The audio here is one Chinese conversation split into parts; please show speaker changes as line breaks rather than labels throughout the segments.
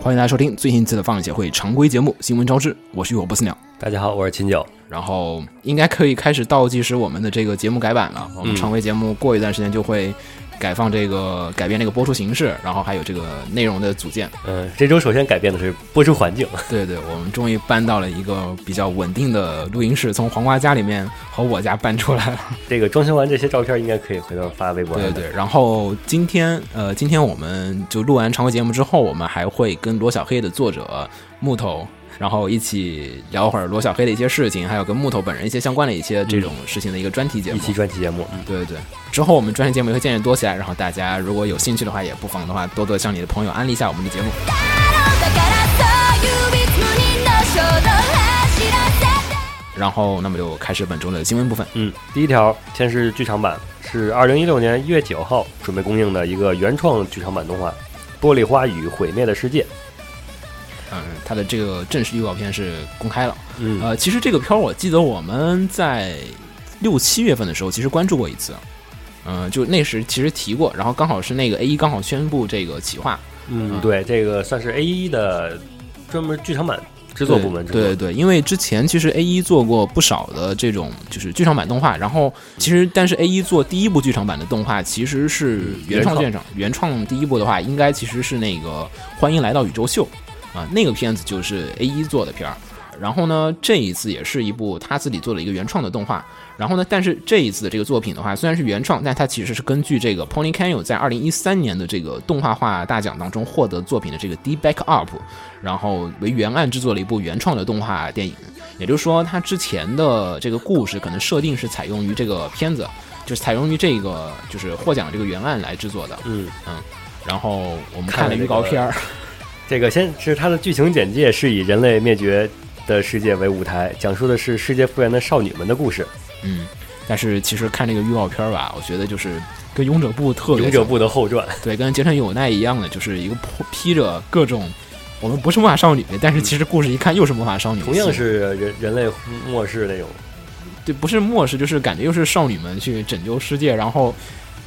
欢迎大家收听最新一期的放映协会常规节目《新闻招式》，我是雨火不死鸟。
大家好，我是秦九。
然后应该可以开始倒计时我们的这个节目改版了。我们常规节目过一段时间就会改放这个改变这个播出形式，然后还有这个内容的组建。
嗯，这周首先改变的是播出环境，
对对，我们终于搬到了一个比较稳定的录音室，从黄瓜家里面和我家搬出来了。
这个装修完这些照片应该可以回头发微博
对
上的。
对对，然后今天呃，今天我们就录完常规节目之后，我们还会跟罗小黑的作者木头，然后一起聊会儿罗小黑的一些事情，还有跟木头本人一些相关的一些这种事情的一个专题节目。
一期专题节目，嗯，
对对对，之后我们专题节目也会渐渐多起来，然后大家如果有兴趣的话，也不妨的话多多向你的朋友安利一下我们的节目。
だからそういうリズムにの衝動走らせて
然后，那么就开始本周的新闻部分。
嗯，第一条先是剧场版，是二零一六年一月九号准备公映的一个原创剧场版动画《玻璃花与毁灭的世界》。
嗯，它的这个正式预告片是公开了。
嗯，
呃，其实这个片儿我记得我们在六七月份的时候其实关注过一次，嗯、就那时其实提过，然后刚好是那个 A 一刚好宣布这个企划
嗯，对，这个算是 A 一的专门剧场版制作部门制
对
作。
对对，因为之前其实 A 一做过不少的这种就是剧场版动画，然后其实但是 A 一做第一部剧场版的动画其实是原创剧场，原创第一部的话应该其实是那个《欢迎来到宇宙秀》啊，那个片子就是 A 一做的片儿。然后呢，这一次也是一部他自己做了一个原创的动画。然后呢，但是这一次的这个作品的话，虽然是原创，但它其实是根据这个 Pony Canyon 在二零一三年的这个动画化大奖当中获得作品的这个 D Back Up，然后为原案制作了一部原创的动画电影。也就是说，它之前的这个故事可能设定是采用于这个片子，就是采用于这个就是获奖的这个原案来制作的。
嗯，
然后我们看
看了
了
这个
预告片儿，
这个先是它的剧情简介是以人类灭绝的世界为舞台，讲述的是世界复原的少女们的故事。
嗯，但是其实看这个预告片儿吧，我觉得就是跟勇者部特别像
勇者部的后传，
对，跟结城友奈一样的，就是一个披披着各种，我们不是魔法少女，但是其实故事一看又是魔法少女，
同样是人人类末世那种。
对，不是末世，就是感觉又是少女们去拯救世界，然后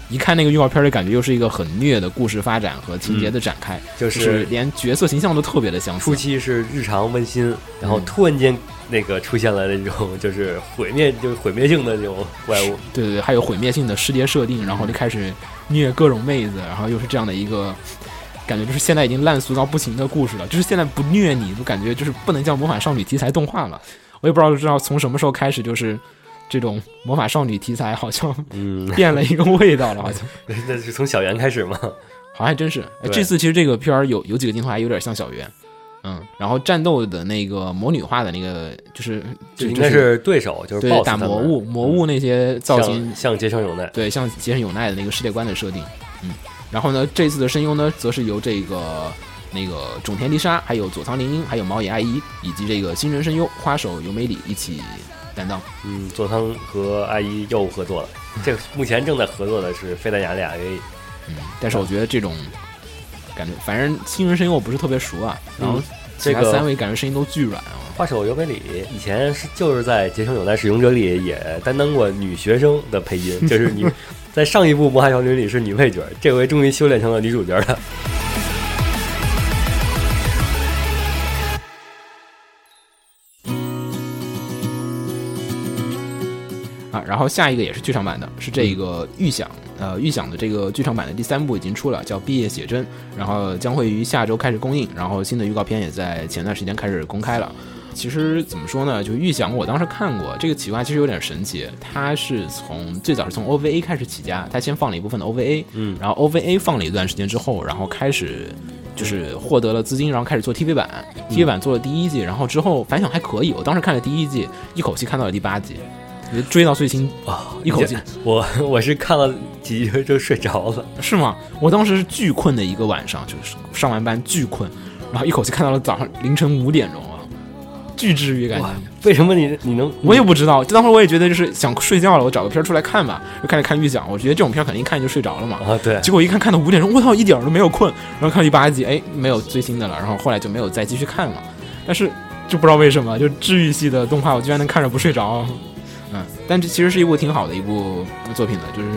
一看那个预告片儿就感觉又是一个很虐的故事发展和情节的展开，
就
就是
是
连角色形象都特别的相
初
似。
期是日常温馨，然后
嗯
突然间那个出现了那种 就是毁灭，就是毁灭性的那种怪物。嗯
对对对，还有毁灭性的世界设定，然后就开始虐各种妹子，然后又是这样的一个。感觉就是现在已经烂俗到不行的故事了，就是现在不虐你，就感觉就是不能叫魔法少女题材动画了。我也不知道知道从什么时候开始，就是这种魔法少女题材好 像
嗯，
变了一个味道了，好 像
那是从小圆开始嘛。
好像还真是。哎
对
这次其实这个片儿有有几个镜头还有点像小圆，嗯，然后战斗的那个魔女化的那个就是就
就应该
就是
对手，就是
对
呃 BOSS
打
他们嗯
魔物魔物那些造型
像像杰生永奈，
对，像杰森永奈的那个世界观的设定，嗯，然后呢，这次的声优呢，则是由这个那个种田梨沙，还有佐仓绫音，还有毛野爱一，以及这个新人声优花手由美里一起担当。
嗯，佐仓和阿姨又合作了。这个目前正在合作的是费丹雅俩 A，
嗯，但是我觉得这种感觉，反正新人声优我不是特别熟啊，然后
嗯
其
这
他三
个
位感觉声音都巨软啊。
花手由美里以前是就是在《杰生永奈使勇者》里也担当过女学生的 配音，就是你在上一部《魔法少女》里是女配角，这回终于修炼成了女主角了。
啊，然后下一个也是剧场版的，是这个预想，呃，预想的这个剧场版的第三部已经出了，叫《毕业写真》，然后将会于下周开始公映，然后新的预告片也在前段时间开始公开了。其实怎么说呢，就预想我当时看过这个企划，其实有点神奇，它是从最早是从 OVA 开始起家，它先放了一部分的 OVA，
嗯
然后 OVA 放了一段时间之后，然后开始就是获得了资金，然后开始做 TV 版，TV 版做了第一季，然后之后反响还可以，我当时看了第一季，一口气看到了第八集。就追到最新
啊、
一口气
我我是看了几集就睡着了。
是吗？我当时是巨困的一个晚上，就是上完班巨困，然后一口气看到了早上凌晨五点钟啊，巨治愈感觉
哇。，为什么你你能
我也不知道，就当时我也觉得就是想睡觉了，我找个片儿出来看吧，就开始看预想，我觉得这种片儿肯定一看就睡着了嘛。
啊？对，
结果一看看到五点钟，我操，一点儿都没有困。然后看到第八集，哎，没有最新的了，然后后来就没有再继续看了。但是就不知道为什么，就治愈系的动画，我居然能看着不睡着。嗯，但这其实是一部挺好的一部作品的，就是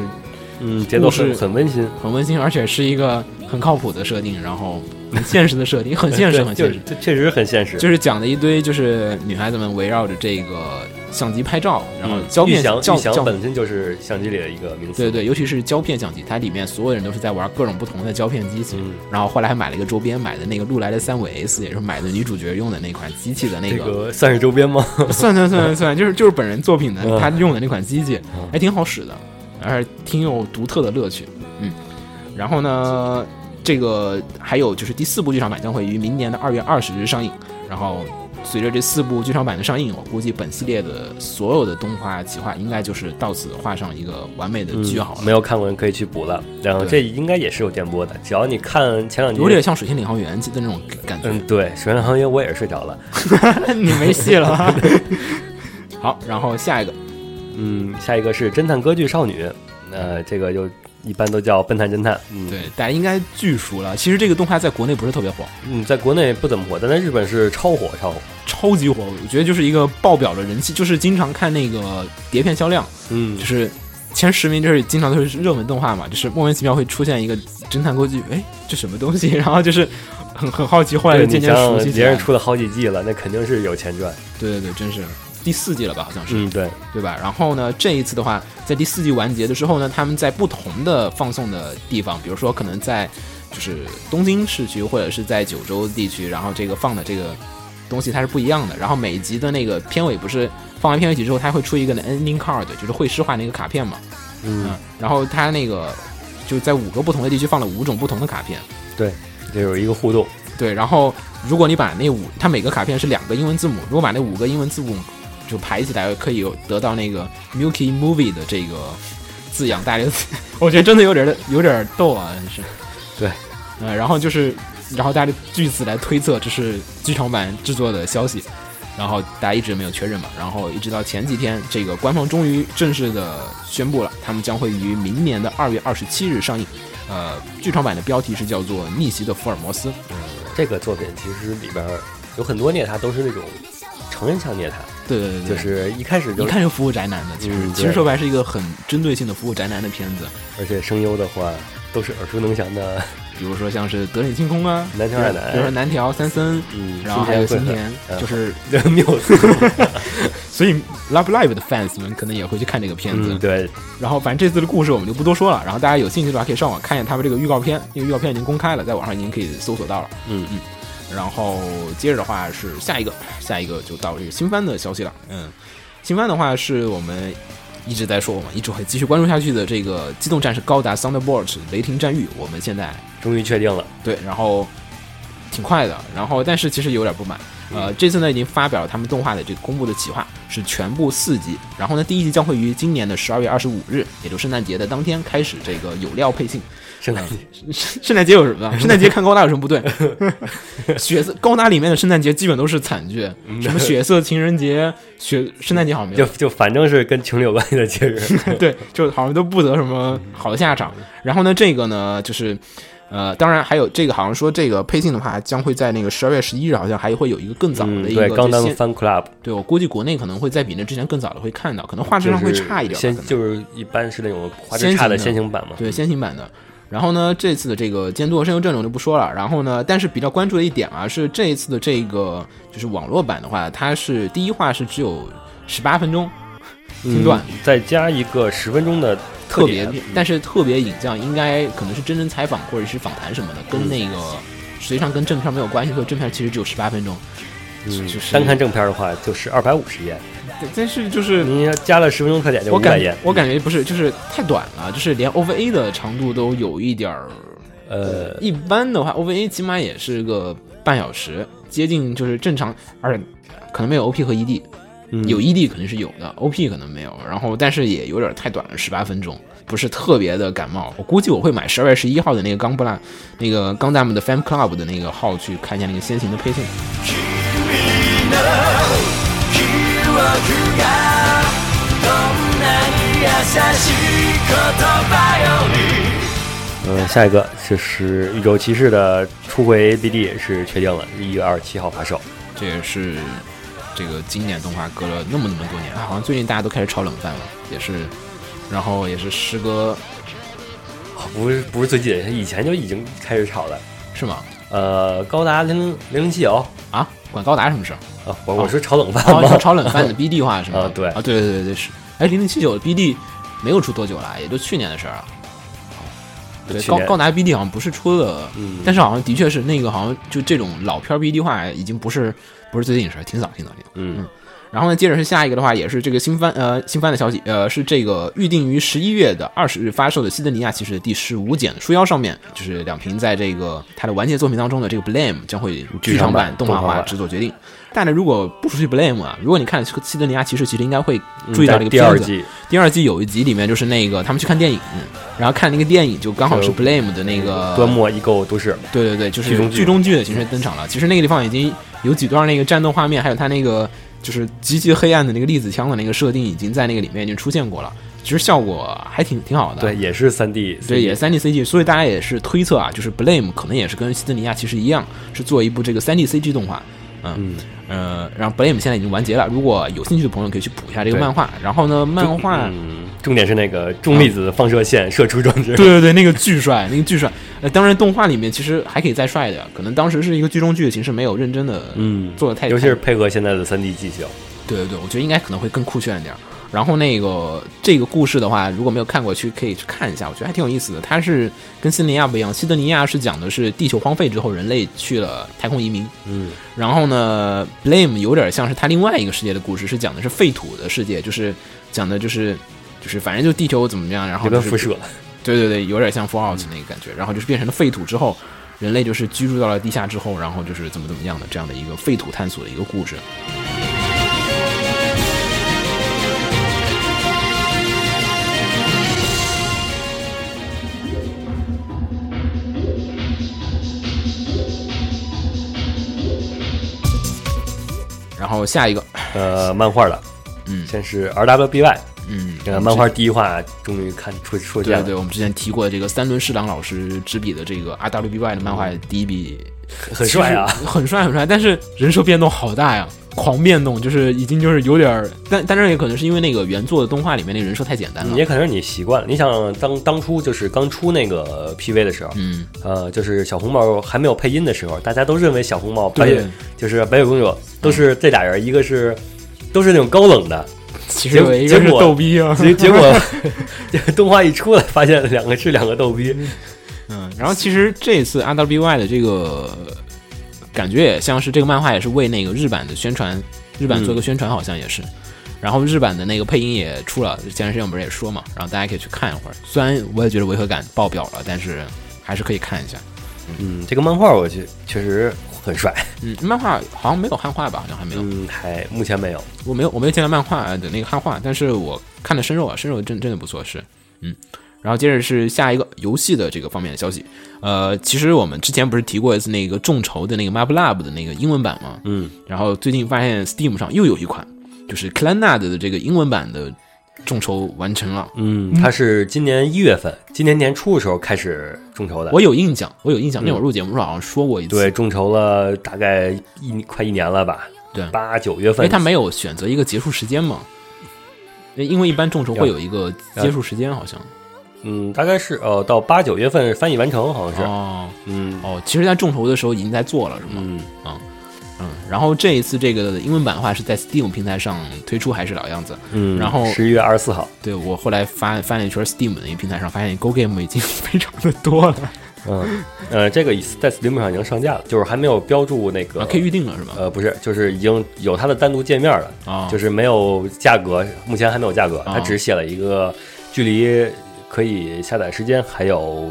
嗯，节奏
故事
很很温馨。
很温馨，而且是一个很靠谱的设定，然后很现实的设定，很现实，很现
对就
实。
就确实很现实。
就是讲的一堆，就是女孩子们围绕着这个相机拍照，然后
嗯
胶
玉
片
祥，
胶
玉祥
胶，
本身就是相机里的一个名词。
对对，尤其是胶片相机，它里面所有人都是在玩各种不同的胶片机器。
嗯
然后后来还买了一个周边，买的那个禄来的三五 S，也是买的女主角用的那款机器的那
这
个，
个算是周边 吗？
算算算算算，就是就是本人作品的
嗯
他用的那款机器
嗯，
还挺好使的，而且挺有独特的乐趣。嗯，然后呢，这个还有就是第四部剧场版将会于明年的二月二十日上映，然后。随着这四部剧场版的上映，我估计本系列的所有的动画企划应该就是到此画上一个完美的句号了。
嗯没有看过人可以去补了。然后
对
这应该也是有电波的，只要你看前两集，
有点像《水星领航员》的那种感觉。
嗯，对，《水上航员》我也是睡着了。嗯
你没戏 了。好，然后下一个，
嗯，下一个是侦探歌剧少女，呃，这个就一般都叫笨蛋侦探。嗯，
对，大家应该巨熟了。其实这个动画在国内不是特别火，
嗯，在国内不怎么火，但在日本是超火超火。
超级火，我觉得就是一个爆表的人气，就是经常看那个碟片销量，
嗯
就，是前十名，就是经常都是热门动画嘛，就是莫名其妙会出现一个侦探歌剧，哎，这什么东西？然后就是很很好奇，后来
对
就渐
你
渐熟
像
悉起
别人
来。
出了好几季了，那肯定是有钱赚。
对对对，真是第四季了吧？好像是。
嗯，对，
对吧？然后呢，这一次的话，在第四季完结的时候呢，他们在不同的放送的地方，比如说可能在就是东京市区或者是在九州地区，然后这个放的这个东西它是不一样的。然后每集的那个片尾不是放完片尾曲之后，它会出一个 ending card，就是会诗化那个卡片嘛。
嗯，，
然后它那个就在五个不同的地区放了五种不同的卡片。
这有一个互动。
对，然后如果你把那五，它每个卡片是两个英文字母，如果把那五个英文字母就排起来，可以有得到那个 Milky Movie 的这个字样，大家就我觉得真的 有点儿有点儿逗啊，真是。
对，
呃，然后就是，然后大家就据此来推测这是剧场版制作的消息，然后大家一直没有确认嘛，然后一直到前几天，这个官方终于正式的宣布了，他们将会于明年的二月二十七日上映。呃，剧场版的标题是叫做《逆袭的福尔摩斯》。
这个作品其实里边儿有很多虐他都是那种成人向虐他，
对对对对，
就是一开始
一
就，
看就服务宅男的，其实、
嗯
其
对
实说白是一个很针对性的服务宅男的片子，
而且声优的话都是耳熟能详的。
比如说像是德里清空啊，
南条爱乃
比如说南条三森，
嗯，
然后还有
新
新 田，
嗯
就是
田缪斯。
所以 Love Live 的 fans 们可能也会去看这个片子。
嗯，对，
然后反正这次的故事我们就不多说了，然后大家有兴趣的话可以上网看一下他们这个预告片，因为预告片已经公开了，在网上已经可以搜索到了。
嗯
嗯。然后接着的话是下一个，下一个就到这个新番的消息了。嗯，新番的话是我们一直在说，我们一直会继续关注下去的这个《机动战士高达 Thunderbolt》雷霆战域，我们现在
终于确定了。
对，然后挺快的，然后但是其实有点不满。呃，这次呢已经发表了他们动画的这个公布的企划，是全部四集。然后呢，第一集将会于今年的十二月二十五日，也就圣诞节的当天开始这个有料配信。
圣
嗯
诞节
圣圣诞节有什么啊？圣诞节看高达有什么不对？血色高达里面的圣诞节基本都是惨剧，什么血色情人节、血圣诞节好像没
就
有，
就反正是跟情侣有关系的节日。
对，就好像都不得什么好的下场。然后呢，这个呢就是。呃，当然还有这个，好像说这个配信的话，将会在那个十二月十一日，好像还会有一个更早的
嗯，
一个
对，
就
刚当
先
Fan Club
对我估计国内可能会在比那之前更早的会看到，可能画质
就
上会
是
差一点吧，
先
可能
就是一般是那种画质差的
先
先
行
行版嘛。
对先行版的。然后呢，这次的这个监督和声优阵容就不说了。然后呢，但是比较关注的一点啊，是这一次的这个就是网络版的话，它是第一话是只有十八分钟，挺短，
嗯再加一个十分钟的
特别
点，
片
嗯
但是特别影像应该可能是真人采访或者是访谈什么的，跟
嗯
那个实际上跟正片没有关系，所以正片其实只有十八分钟。
嗯
就是
单看正片的话就是二百五十页，
对，但是就是
你加了十分钟特嗯点就
我
五百
感
页。
我感觉不是，就是太短了，就是连 OVA 的长度都有一点儿。
呃，
一般的话，OVA 起码也是个半小时，接近就是正常，而且可能没有 OP 和 ED，
嗯
有 ED 肯定是有的，OP 可能没有。然后，但是也有点太短了，十八分钟，不是特别的感冒。我估计我会买十二月十一号的那个钢布拉，那个钢弹们的 Fan Club 的那个号去看一下那个先行的配信。
呃，下一个就是宇宙骑士的初回 BD 是确定了，一月二十七号发售。
这也是这个经典动画隔了那么那么多年，好像最近大家都开始炒冷饭了，也是，然后也是时隔
哦不是不是最近，以前就已经开始炒了。
是吗？
呃，高达零零零七九
啊，管高达什么事儿？
啊，我我说炒冷饭
哦， 你
吗
说？炒冷饭的 BD 化是吗？
啊对
啊，对对对对是。哎，零零七九的 BD 没有出多久了，也就去年的事儿了。对，
去
高
年
高达 BD 好像不是出了，
嗯
但是好像的确是那个好像就这种老片儿 BD 化已经不是不是最近的事儿，挺早挺早挺早。
嗯
然后呢，接着是下一个的话，也是这个新番呃新番的消息，呃是这个预定于十一月的二十日发售的《西德尼亚骑士》的第十五卷书腰上面，就是两平在这个他的完结作品当中的这个 Blame 将会剧场版动画
动画
化
化
制作决定。但是如果不熟悉 Blame 啊，如果你看《西德尼亚骑士》，其实应该会
嗯，
注意到
在
这个
第
片
二
子。
季，
第二季有一集里面就是那个他们去看电影，然后看那个电影就刚好是
就
Blame 的那个
端木易购都市，
对对对，就是
剧中剧
剧中剧的形式登场了。其实那个地方已经有几段那个战斗画面，还有它那个就是极其黑暗的那个粒子枪的那个设定，已经在那个里面已经出现过了。其实效果还挺挺好的，
对，也是三 D，
啊对，也三 D CG，所以大家也是推测啊，就是 Blame 可能也是跟西德尼亚其实一样，是做一部这个三 D CG 动画。嗯
嗯
呃，然后 Blame 现在已经完结了，如果有兴趣的朋友可以去补一下这个
对
漫画。然后呢，漫画。
嗯，重点是那个重粒子放射线射出装 置，
啊对对对，那个巨帅，那个巨帅。呃，当然动画里面其实还可以再帅的，可能当时是一个剧中剧的形式，没有认真的
嗯，
做的太，
尤其是配合现在的三 D 技
哦
巧，
对对对，我觉得应该可能会更酷炫一点儿。然后那个这个故事的话，如果没有看过去可以去看一下，我觉得还挺有意思的。它是跟西德尼亚不一样，西德尼亚是讲的是地球荒废之后，人类去了太空移民。
嗯，
然后呢，Blame 有点像是它另外一个世界的故事，是讲的是废土的世界，就是讲的就是就是反正就地球怎么样，然后
有
就
点
是
辐射，
对对对，有点像 Fallout 那个感觉。然后就是变成了废土之后，人类就是居住到了地下之后，然后就是怎么怎么样的这样的一个废土探索的一个故事。然后下一个，
呃，漫画的，
嗯
先是 RWBY，
嗯，
呃，漫画第一话终于看出出现
对
了，
对，我们之前提过的这个三轮侍郎老师执笔的这个 RWBY 的漫画第一笔，
很帅啊，
其实很帅很帅，但是人设变动好大呀，狂变动，就是已经就是有点儿，但但是也可能是因为那个原作的动画里面那个人设太简单
嗯
了
也，可能是你习惯了。你想当当初就是刚出那个 PV 的时候，
嗯，
呃，就是小红帽还没有配音的时候，大家都认为小红帽白
对
雪就是白雪公主都是这俩人，一个是都是那种高冷的，
其实有一个
结
是
果
逗逼 啊，
结结果这个动画一出来，发现两个是两个逗逼，
嗯，然后其实这次 RWBY 的这个感觉也像是这个漫画也是为那个日版的宣传，日版做个宣传好像也是。然后日版的那个配音也出了，前段时间我们也说嘛，然后大家可以去看一会儿。虽然我也觉得违和感爆表了，但是还是可以看一下。
嗯，这个漫画我觉得确实很 帅，
嗯，漫画好像没有汉化吧？好像还没有，
嗯，还目前没有，
我没有我没有见到漫画呃的那个汉化，但是我看的深肉啊，深肉真真的不错，是嗯。然后接着是下一个游戏的这个方面的消息，呃，其实我们之前不是提过一次那个众筹的那个 Map Lab 的那个英文版吗？
嗯，
然后最近发现 Steam 上又有一款，就是 Clannad 的这个英文版的众筹完成了，
嗯，它是今年一月份，今年年初的时候开始众筹的。
我有印象，我有印象，那会儿录节目的时候好像说过一次，
嗯对，众筹了大概一快一年了吧，
对
八九月
因为
份。
它没有选择一个结束时间嘛，因为一般众筹会有一个结束时间，好像
嗯，大概是呃到八九月份翻译完成，好像是。
哦。
嗯
哦，其实，在众筹的时候已经在做了，是吗？
嗯，
嗯。然后这一次这个英文版的话是在 Steam 平台上推出，还是老样子。
嗯，
然后
十一月二十四号，
对我后来翻翻了一圈 Steam 的那个平台上，发现 Go Game 已经非常的多 了，
嗯呃，这个在 Steam 上已经上架了，就是还没有标注那个
啊，可以预定了是吧？
呃不是，就是已经有它的单独界面了，
啊，
呃就是是没有价格，目前还没有价格，它
啊
只写了一个距离可以下载时间还有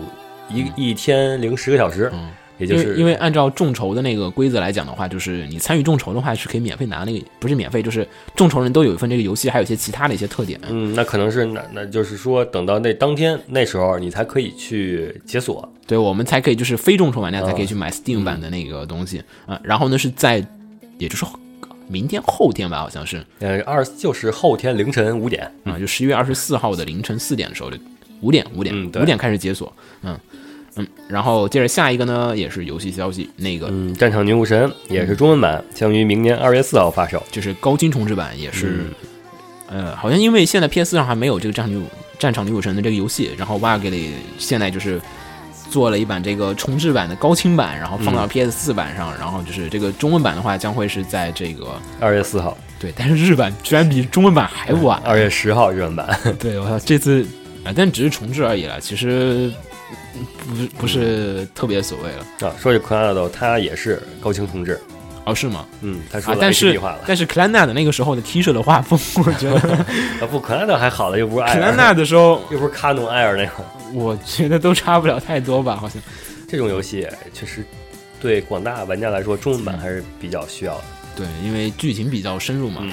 一一天零十个小时，
嗯，
也就
因
是
为因为按照众筹的那个规则来讲的话，就是你参与众筹的话是可以免费拿那个，不是免费，就是众筹人都有一份这个游戏，还有一些其他的一些特点。
嗯，那可能是那那就是说，等到那当天那时候，你才可以去解锁。
对，我们才可以就是非众筹玩家才可以
啊嗯
去买 Steam 版的那个东西啊。然后呢是在，也就是后明天后天吧，好像是。
呃，二就是后天凌晨五点，
啊，就十一月二十四号的凌晨四点的时候，就五点五点
嗯对
五点开始解锁，嗯嗯，然后接着下一个呢也是游戏消息，那个
嗯，《战场女武神》也是中文版，将于明年二月四号发售。
就是高清重置版也是，
嗯
呃，好像因为现在 PS 上还没有这个战场女武战场女武神的这个游戏，然后 w a g l y 现在就是做了一版这个重制版的高清版，然后
嗯
放到 PS 四版上，然后就是这个中文版的话将会是在这个
二月四号，
对，但是日版居然比中文版还晚，
二月十号日文版，
对我操，这次啊，但只是重置而已了，其实不是不是特别所谓了，
啊，说起 c l a n a 豆，它也是高清同志，
哦是吗？
嗯，它说
啊
了，
但
HD
是
化了，
但是 c l a n a 的那个时候的 T 恤的画风，我觉得 c
啊不 c l a n a 豆还好了，又不是艾
l a
尔
n，a 的时候，
又不是卡农艾尔那会儿，
我觉得都差不了太多吧，好像。
这种游戏确实对广大玩家来说，中文版还是比较需要的。
对，因为剧情比较深入嘛。
嗯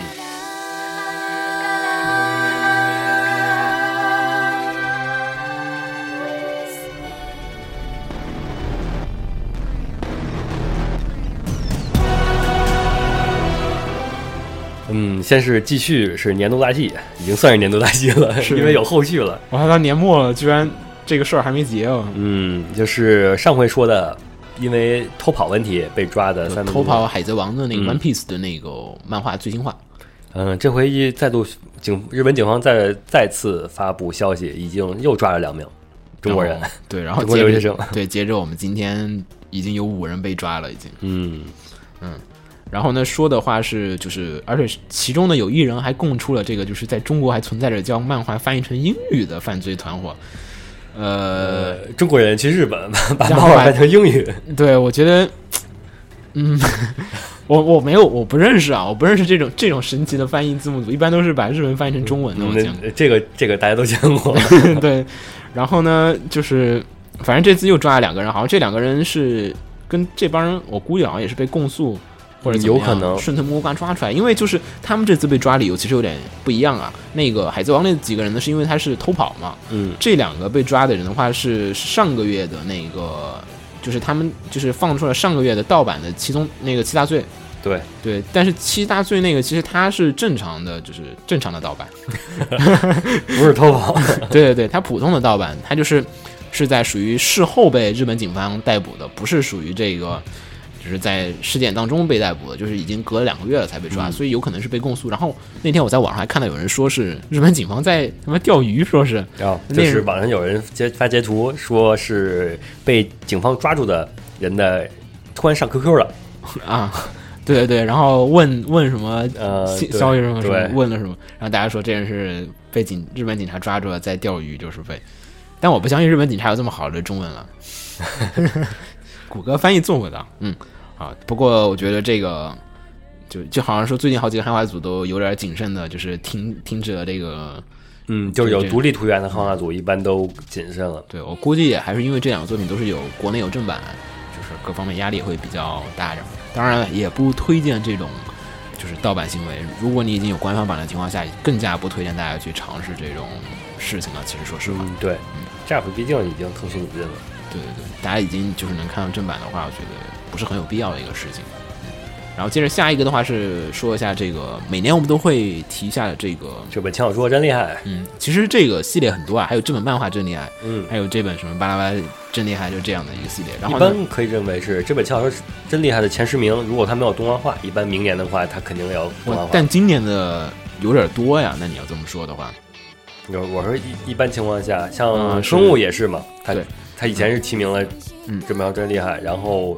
嗯，先是继续是年度大戏，已经算是年度大戏了，
是
因为有后续了。
我看到年末了，居然这个事儿还没结啊！
嗯，就是上回说的，因为偷跑问题被抓的三分
偷跑海贼王的那个
嗯
One Piece 的那个漫画最新话，
嗯，这回一再度警日本警方再再次发布消息，已经又抓了两名中国人
然。后对，然后
中国
接着
留学生
对，接着我们今天已经有五人被抓了，已经。
嗯，
然后呢，说的话是就是，而且其中呢有一人还供出了这个，就是在中国还存在着将漫画翻译成英语的犯罪团伙。呃，
呃，中国人去日本把把
然
漫
后
画
把
翻成英语，
对，我觉得，嗯，我我没有，我不认识啊，我不认识这种这种神奇的翻译字幕组，一般都是把日文翻译成中文的。我见过。
那嗯这个这个大家都见过。
对，然后呢，就是反正这次又抓了两个人，好像这两个人是跟这帮人，我估计好像也是被控诉或者怎么
有可
样
能
顺藤摸瓜抓出来，因为就是他们这次被抓理由其实有点不一样啊。那个海贼王那几个人呢，是因为他是偷跑嘛，
嗯
这两个被抓的人的话是上个月的那个，就是他们就是放出了上个月的盗版的七宗那个七大罪。
对，
对，但是七大罪那个其实它是正常的，就是正常的盗版。
不是偷跑。
对对对，它普通的盗版，它就是是在属于事后被日本警方逮捕的，不是属于这个就是在事件当中被逮捕的，就是已经隔了两个月了才被抓，所以有可能是被供诉。然后那天我在网上还看到有人说是日本警方在他妈钓鱼，说是
然后
那
就
人
是网上有人截发截图，说是被警方抓住的人的突然上 QQ 了，
啊，对对对，然后问问什么
呃，
信
对
消息什么什么
对，
问了什么，然后大家说这人是被警日本警察抓住了在钓鱼，就是被，但我不相信日本警察有这么好的中文 了，谷歌翻译做不到，嗯，好，不过我觉得这个就就好像说最近好几个汉化组都有点谨慎的，就是停停止了这个，
嗯，就是有
对
独立图源的汉化组一般都谨慎了。
对我估计也还是因为这两个作品都是有国内有正版，就是各方面压力也会比较大点儿，当然也不推荐这种。就是盗版行为。如果你已经有官方版的情况下，更加不推荐大家去尝试这种事情了。其实说实话，
嗯，对，Jeff 毕竟已经特殊努力了。
对对对，大家已经就是能看到正版的话，我觉得不是很有必要的一个事情。嗯然后接着下一个的话是说一下这个，每年我们都会提一下这个，
这本枪小说真厉害，
嗯，其实这个系列很多啊，还有这本漫画真厉害，
嗯，
还有这本什么巴拉巴拉真厉害，就这样的一个系列。然
一
后呢，
般可以认为是这本枪小说真厉害的前十名。如果他没有动画化，一般明年的话，他肯定要动画
我
化。
但今年的有点多呀，那你要这么说的话，
有我说一一般情况下，像
嗯
生物也是嘛，他
对
他以前是提名了，
嗯
这本枪真厉害，然后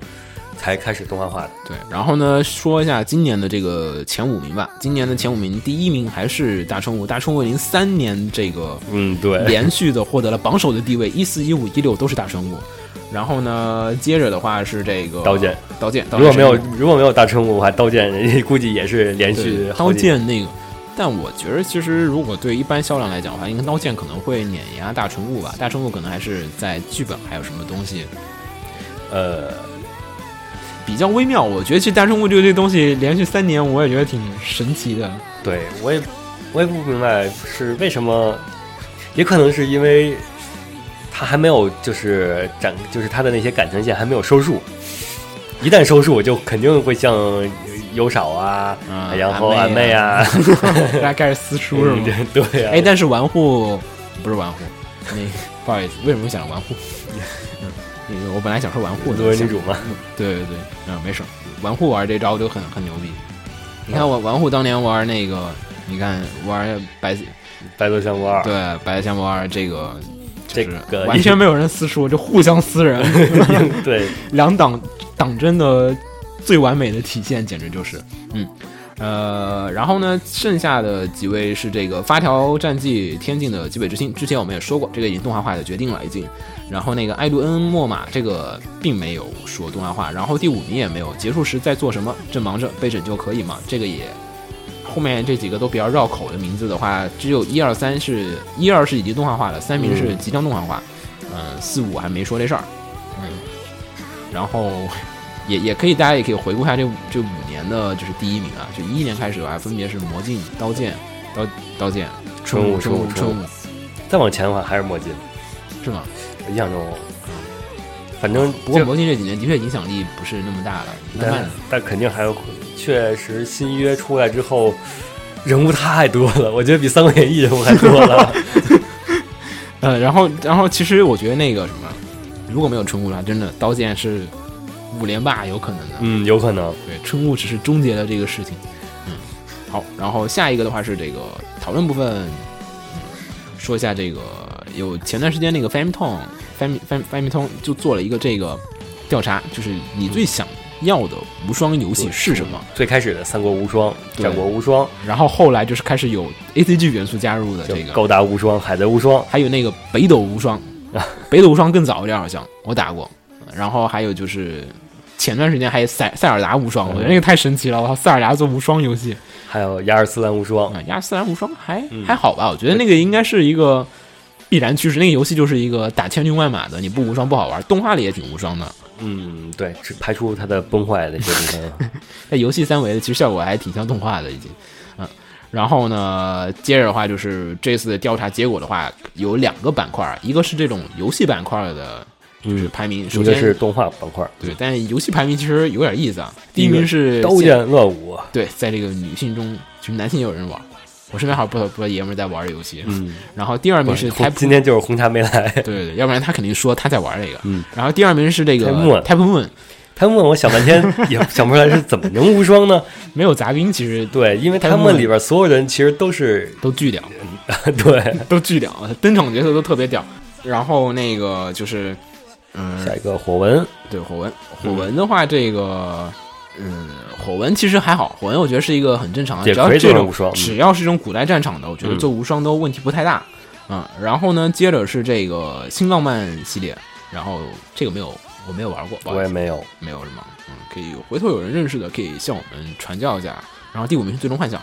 才开始动画化的。
对，然后呢，说一下今年的这个前五名吧。今年的前五名，第一名还是大春五，大春五零三年这个
嗯，对，
连续的获得了榜首的地位，一四一五一六都是大春五。然后呢，接着的话是这个
刀剑，
刀剑，刀
如
剑
果没有
是
如果没有大春武，还刀剑， 人家估计也是连续
对
好
刀
几
剑那个，但我觉得其实如果对一般销量来讲的话，应该刀剑可能会碾压大春物吧。大春物可能还是在剧本还有什么东西
呃，
比较微妙。我觉得其实大春物这个这个东西连续三年，我也觉得挺神奇 的。
对我也我也不明白是为什么，也可能是因为他还没有就是展，就是他的那些感情线还没有收束，一旦收束就肯定会像优少啊，
嗯
然后
俺
俺妹
妹
啊，
大家开始撕书是吗？
嗯对呀、
哎，但是玩户不是玩户，那不好意思，为什么会想到玩户？嗯，那个我本来想说玩户的，
作为女主嘛，
对对对，嗯，没事儿，玩户玩这招就很很牛逼。你看我
嗯
玩户当年玩那个，你看玩白
白头相不二，
对白香博二这个就是
啊这个
完全没有人撕书，就互相撕人，
对，
两党党争的最完美的体现，简直就是，嗯，呃，然后呢，剩下的几位是这个发条战记天境的极北之星，之前我们也说过，这个已经动画化的决定了已经。然后那个艾杜恩莫玛这个并没有说动画化，然后第五名也没有。结束时在做什么？正忙着被拯救可以吗？这个也。后面这几个都比较绕口的名字的话，只有一二三是一二是已经动画化了，三名是
嗯
即将动画化，嗯、四五还没说这事儿，嗯，然后也也可以，大家也可以回顾一下这五这五年的，就是第一名啊，就一一年开始吧，分别是魔镜、刀剑、刀刀剑、
春
舞、
雾
春
春雾
春
春雾再往前的话还是墨镜，
是吗？
印象中，反正
不过
就
魔镜这几年的确影响力不是那么大了，慢慢
但
的
但肯定还有，确实新约出来之后，人物太多了，我觉得比《三国演义》人物还多 了。
呃，然后然后其实我觉得那个什么，如果没有春雾的话，真的刀剑是五连霸有可能的，
嗯，有可能。
对，春雾只是终结了这个事情。嗯，好，然后下一个的话是这个讨论部分，嗯、说一下这个有前段时间那个 Famtone Fam Fam Famtone 就做了一个这个调查，就是你最想要的无双游戏是什么？
最开始的三国无双、
对
战国无双、
然后后来就是开始有 A C G 元素加入的
就
这个，
高达无双、海贼无双，
还有那个北斗无双，北斗无双更早一点好像我打过，然后还有就是。前段时间还有塞塞尔达无双，我觉得那个太神奇了！我操，塞尔达做无双游戏，
还有雅尔斯兰无双。
啊，亚斯兰无双还、
嗯
还好吧，我觉得那个应该是一个必然趋势。那个游戏就是一个打千军万马的，你不无双不好玩。动画里也挺无双的，
嗯，对，只排除它的崩坏的一些地 方。
在游戏三维的其实效果还挺像动画的已经。嗯，然后呢，接着的话就是这次的调查结果的话，有两个板块，一个是这种游戏板块的，就是
嗯，
排名。首
一个
先
是动画板块，
对，但游戏排名其实有点意思啊。第一名是
刀剑啊乱舞。
对，在这个女性中，就是男性也有人玩。我身边好像不少不少爷们儿在玩这游戏。
嗯，
然后第二名是
红
Type
今天就是红茶没来。
对对对，要不然他肯定说他在玩这个。
嗯，
然后第二名是这个
Type Moon
Type Moon，
他们问我想半 天也想不出来是怎么能无双呢？
没有杂音，其实
对，因为他们里边所有人其实都是
都巨屌，
对。
都巨屌，登场角色都特别屌。然后那个就是，嗯，
下一个火纹，
对火纹，火纹的话，这个。嗯，火纹其实还好，火纹我觉得是一个很正常的，
也
只要
可以
这
做
种
成无双嗯
只要是这种古代战场的，我觉得
嗯
做无双都问题不太大。嗯，然后呢，接着是这个新浪漫系列，然后这个没有我没有玩过，不好意
我
思
也没有。
没有什么，嗯，可以回头有人认识的可以向我们传教一下。然后第五名是最终幻想，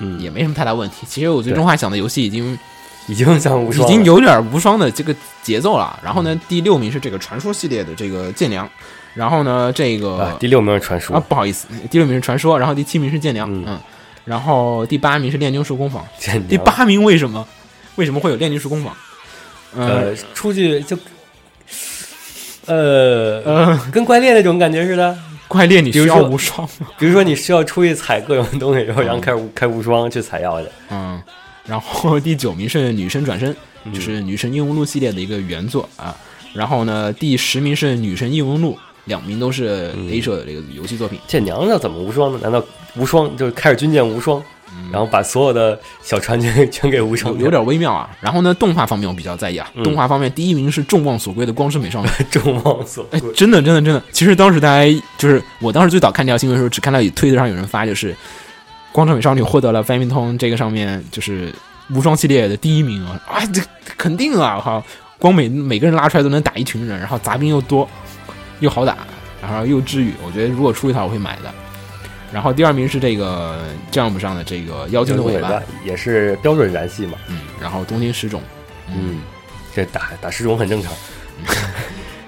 嗯，
也没什么太大问题。其实我最
对
终幻想的游戏已经
已经像无
已
双了，嗯
经有点无双的这个节奏了。然后呢，第六名是这个传说系列的这个剑良，然后呢这个
啊。第六名是传说
啊，不好意思，第六名是传说，然后第七名是剑良，
嗯
嗯，然后第八名是炼金术工坊，
剑娘
第八名为什么为什么会有炼金术工坊？嗯
呃，出去就呃，
呃，
跟怪猎那种感觉似的。
怪猎你
比
需
如
要
说
无双吗？
比如说你需要出去采各种东西，然后然后开始开无双去采药去，
嗯，然后第九名是女神转身，
嗯
就是《女神异闻录》系列的一个原作啊。然后呢，第十名是《女神异闻录》，两名都是
嗯
A 社的这个游戏作品。
剑娘要怎么无双呢？难道无双就是开着军舰无双，然后把所有的小船全全给无双
有
掉？
有 点微妙啊，然后呢，动画方面我比较在意啊。
嗯
动画方面，第一名是众望所归的《光之美少女》，
众望所归
哎，真的，真的，真的。其实当时大家就是我当时最早看这条新闻的时候，只看到有推特上有人发，就是《光之美少女》获得了 f a m i t o n 这个上面就是无双系列的第一名啊！啊，这肯定啊！我靠，光每每个人拉出来都能打一群人，然后杂兵又多，又好打，然后又治愈。我觉得如果出一套，我会买的。然后第二名是这个 Jump 上的这个《妖精的尾巴》，
也是标准燃系嘛。
嗯，然后东京十种，
嗯，这打打十种很正常。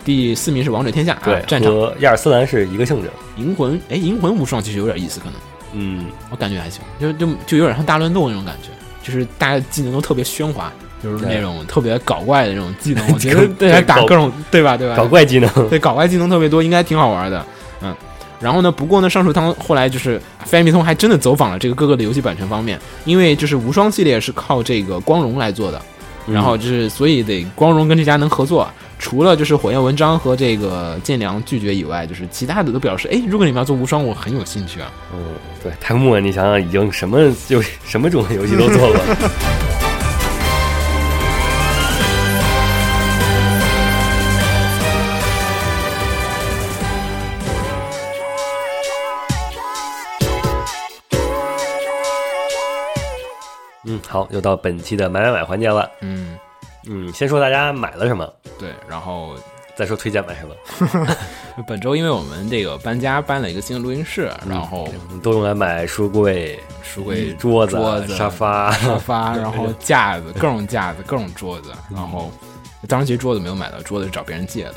第四名是《王者天下》啊，
对，
战场
和亚尔斯兰是一个性质。
银魂，哎，银魂无双其实有点意思，可能。
嗯，
我感觉还行，就就就有点像大乱斗那种感觉，就是大家技能都特别喧哗，就是
对
那种特别搞怪的那种技能。我觉得
搞
大家打
搞
各种对吧对吧，
搞怪技能。
对搞怪技能特别多，应该挺好玩的。嗯，然后呢，不过呢，上述汤后来就是翻米通还真的走访了这个各个的游戏版权方面，因为就是无双系列是靠这个光荣来做的，
嗯
然后就是所以得光荣跟这家能合作。除了就是火焰文章和这个剑良拒绝以外，就是其他的都表示，哎，如果你们要做无双，我很有兴趣啊。
嗯，对，太木，你想想，已经什么游戏什么种类游戏都做过了。 嗯，好，又到本期的买买买环节了。
嗯，
嗯，先说大家买了什么，
对。然后
再说推荐买什么，
本周因为我们这个搬家搬了一个新的录音室，然后
嗯都用来买书柜、
书柜、
嗯桌子、
嗯
啊
桌子、
沙发。啊
沙发，然后架子，各种架子，各种桌子，
嗯
然后当然其实桌子没有买到，桌子是找别人借的。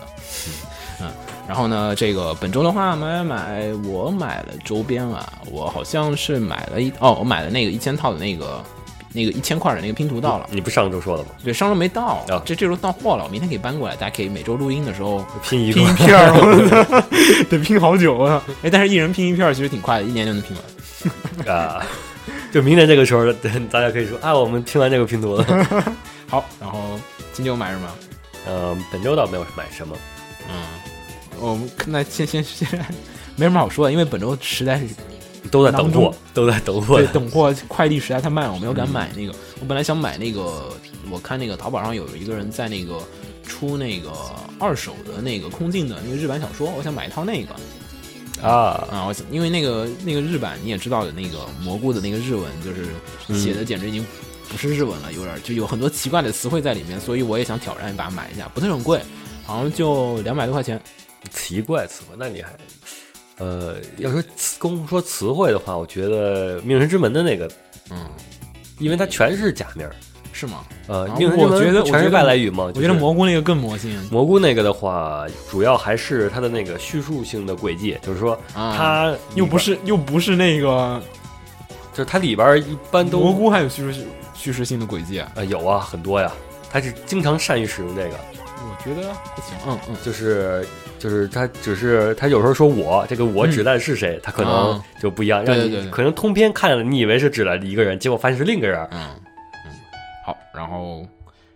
嗯，然后呢，这个本周的话，买买买，我买了周边啊，我好像是买了一哦，我买了那个一千套的那个那个一千块的那个拼图到了。
你不上周说了吗？
对，上周没到
啊，
这这周到货了，我明天可以搬过来，大家可以每周录音的时候
拼一个
拼一片儿，我操得拼好久啊！哎，但是一人拼一片儿其实挺快的，一年就能拼完。
啊，就明年这个时候， 大家可以说啊，我们听完这个拼图了。
好，然后金九买什么？
嗯，本周倒没有买什么，
嗯，我们那先先先，没什么好说的，因为本周实在是
都在等
囊
货
中，
都在等货
对。等货快递实在太慢了，我没有敢买那个。我本来想买那个，我看那个淘宝上有一个人在那个出那个二手的那个空镜的那个日版小说，我想买一套那个
啊，
啊，我想因为那个那个日版你也知道的那个蘑菇的那个日文就是写的简直已经。不是日文了，有点就有很多奇怪的词汇在里面，所以我也想挑战把它买一下，不是很贵，好像就两百多块钱。
奇怪词汇，那你还，呃，要说词光说词汇的话，我觉得《命运之门》的那个，
嗯，
因为它全是假名儿，
是吗？
呃，
啊
《命运之
我
门
觉》得
全
我
是
觉得
外来语嘛。
我觉得蘑
蘑
菇那个更魔性。
蘑菇那个的话，主要还是它的那个叙述性的轨迹，就是说
啊
它里边
又不，是又不是那个
就是它里边儿一般都
蘑菇，还有叙事叙事性的轨迹啊，
呃有啊很多呀，它是经常善于使用这个。
我觉得还行，嗯嗯，
就是就是他只是他有时候说我这个我指代是谁，他可能
啊
就不一样，
对
让
对
你
对对
可能通篇看了你以为是指代一个人，结果发现是另一个人。
嗯嗯，好，然后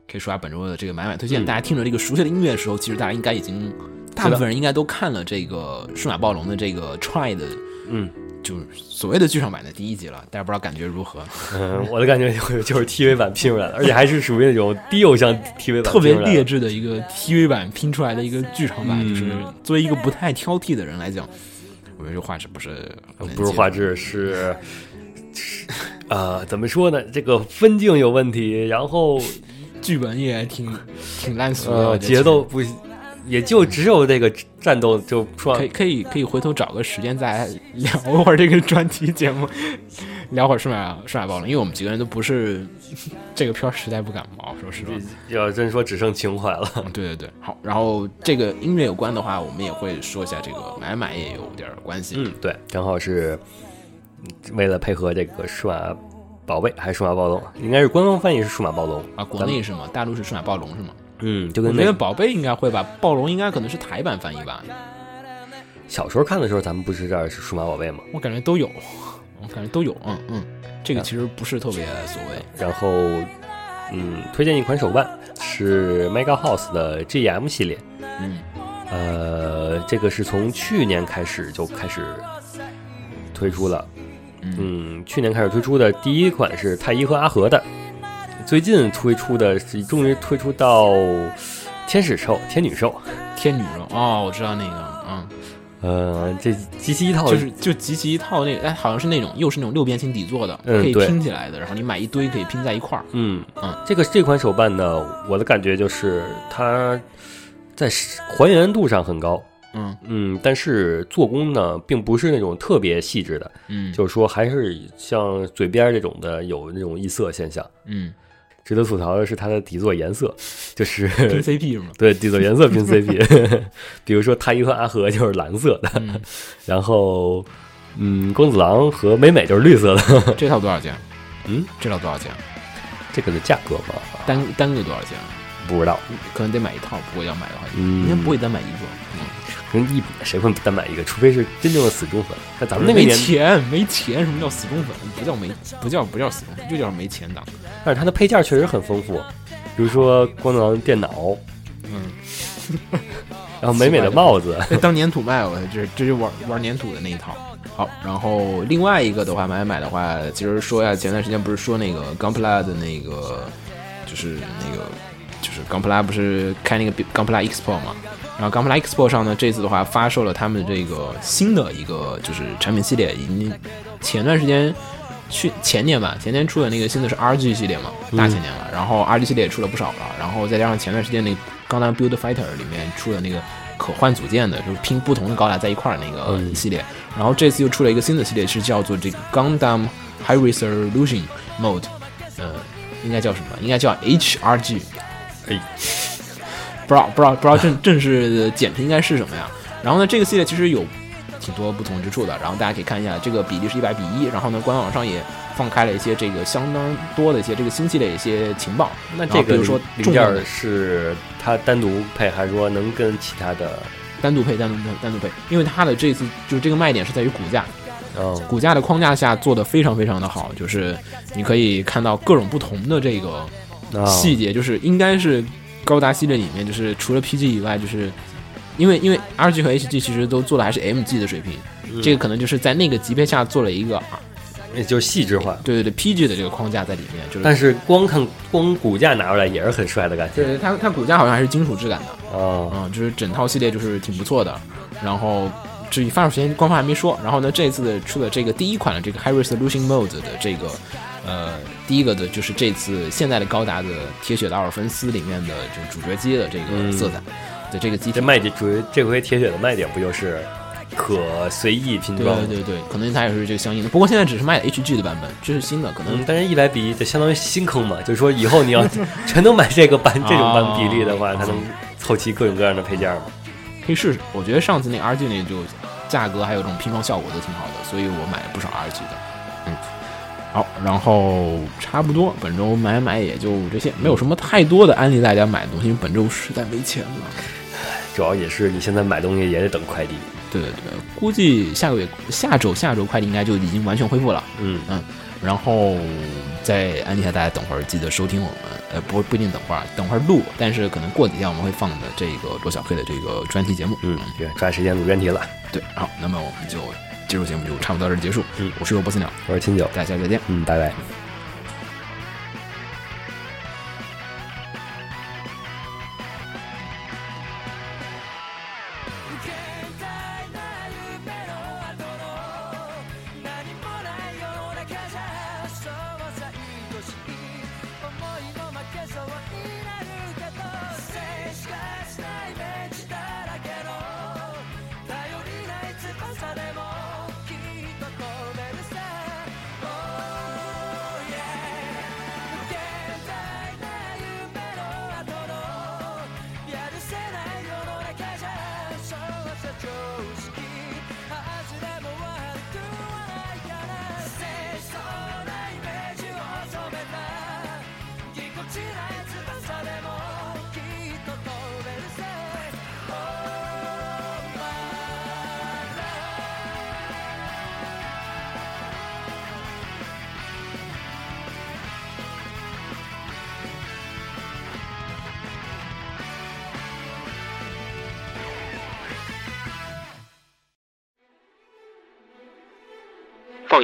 可以说下本周的这个买买推荐。
嗯
大家听着这个熟悉的音乐的时候，其实大家应该已经，大部分人应该都看了这个数码暴龙的这个 try 的，
嗯，
就是所谓的剧场版的第一集了，大家不知道感觉如何？
嗯，我的感觉就是就是 TV 版拼出来的，而且还是属于那种低偶像 TV 版
特别
拼出来的
劣质的一个 TV 版拼出来的一个剧场版，
嗯
就是作为一个不太挑剔的人来讲，我觉得这画质不是很能
呃不是
接
画
受
质是。是啊、怎么说呢？这个分镜有问题，然后
剧本也挺挺烂俗的，
呃，
我觉得
节奏不，也就只有这个战斗就说
可以可以可以回头找个时间再聊 会儿这个专题节目，聊会儿数码数码暴龙，因为我们几个人都不是这个片儿实在不感冒，说实话。
要真说只剩情怀了。
嗯对对对，好。然后这个音乐有关的话，我们也会说一下这个买买也有点儿关系。
嗯，对，正好是嗯为了配合这个数码宝贝还是数码暴龙，应该是官方翻译是数码暴龙
啊，国内是吗？大陆是数码暴龙是吗？
嗯，就
我
跟
觉
那
得
个
宝贝应该会吧，暴龙应该可能是台版翻译吧，
小时候看的时候，咱们不是这儿是数码宝贝吗？
我感觉都有，我感觉都有，嗯嗯，这个其实不是特别所谓，
然后，嗯，推荐一款手办是 Mega House 的 GM 系列，
嗯
呃，这个是从去年开始就开始推出了，
嗯
嗯，去年开始推出的第一款是太一和阿和的，最近推出的是终于推出到天使兽、天女兽。
天女肉哦，我知道那个，嗯，
呃，这集齐一套
就是就集齐一套那个，哎，好像是那种又是那种六边形底座的，
嗯
可以
对
拼起来的，然后你买一堆可以拼在一块儿，
嗯
嗯
这个这款手办呢，我的感觉就是它在还原度上很高，
嗯
嗯，但是做工呢，并不是那种特别细致的，
嗯，
就是说还是像嘴边这种的有那种异色现象。
嗯
值得吐槽的是它的底座颜色，就是
拼 CP 是吗？
对底座颜色拼 CP，比 如说太一和阿和就是蓝色的，
嗯，
然后嗯，公子郎和美美就是绿色的。
这套多少钱？
嗯，
这套多少钱？
这个的价格嘛，
单单个多少钱？
不知道。
可能得买一套，不过要买的话，
嗯
应该不会单买一个。
跟一谁会单买一个？除非是真正的死忠粉。那咱们那个
没
年，
钱，没钱，什么叫死忠粉？不叫没，不叫不叫死忠粉，就叫没钱党。
但是它的配件确实很丰富，比如说光能电脑，
嗯，
然后美美的帽子，
那当粘土卖我，这这就玩玩粘土的那一套。好，然后另外一个的话，买买的话，其实说呀，前段时间不是说那个 Gunpla 的那个，就是那个，就是 Gunpla 不是开那个 Gunpla Expo 嘛？然后 Gunpla Expo 上呢，这次的话发售了他们这个新的一个就是产品系列，已经前段时间去前年吧，前年出的那个新的是 RG 系列嘛，大前年了。然后 RG 系列也出了不少了，然后再加上前段时间那个《钢弹 Build Fighter》里面出的那个可换组件的，就是拼不同的高达在一块儿那个
嗯
系列。然后这次又出了一个新的系列，是叫做这个《钢弹 High Resolution Mode》，呃，应该叫什么？应该叫 HRG。
哎，
不知道不知道不知道正正式的简称应该是什么呀？然后呢，这个系列其实有挺多不同之处的，然后大家可以看一下，这个比例是一百比一。然后呢，官网上也放开了一些这个相当多的一些这个新系列的一些情报。
那
然
这
后啊比
个
如说
零
重
件
量
儿
的
是它单独配，还是说能跟其他的？
单独配，单独配，单独配，因为它的这次就是这个卖点是在于骨架，
嗯，
骨架的框架下做的非常非常的好，就是你可以看到各种不同的这个
啊
细节，就是应该是高达系列里面，就是除了 PG 以外，就是因为因为 RG 和 HG 其实都做的还是 MG 的水平，
嗯
这个可能就是在那个级别下做了一个
也就是细致化。
对对对 PG 的这个框架在里面，就是
但是光看光骨架拿出来也是很帅的感觉
对对它它骨架好像还是金属质感的，
啊，
嗯，就是整套系列就是挺不错的。然后至于发售时间，官方还没说。然后呢，这一次的出的这个第一款的这个 High Resolution Mode 的这个呃第一个的就是这次现在的高达的铁血达尔芬斯里面的就是主角机的这个
嗯
色彩的这个机体
这。卖点主这回铁血的卖点不就是可随意拼
对
装吗？
对对，可能它也是这个相应的，不过现在只是卖的 HG 的版本，这是新的，可能
嗯，但是一百比一，就相当于新坑嘛。就是说，以后你要全都买这个版这种版比例的话，
哦
才能凑齐各种各样的配件嘛。
可以试试。我觉得上次那个 RG 那就价格还有这种拼装效果都挺好的，所以我买了不少 RG 的。嗯，好，然后差不多本周买买也就这些，没有什么太多的安利大家买的东西，因为本周实在没钱了。
主要也是你现在买东西也得等快递。
对对对，估计下个月下周下周快递应该就已经完全恢复了。
嗯，
然后再安利一下大家，等会儿记得收听我们，呃，不不一定等会儿，等会儿录，但是可能过几天我们会放的这个罗小黑的这个专题节目。
嗯，这个抓时间录专题了。
对，好，那么我们就这周节目就差不多到这儿结束。
嗯
我是罗波斯鸟，
我是秦九，
大家再见。
嗯，拜拜。
放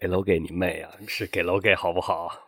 给楼给你妹啊！是给楼给好不好？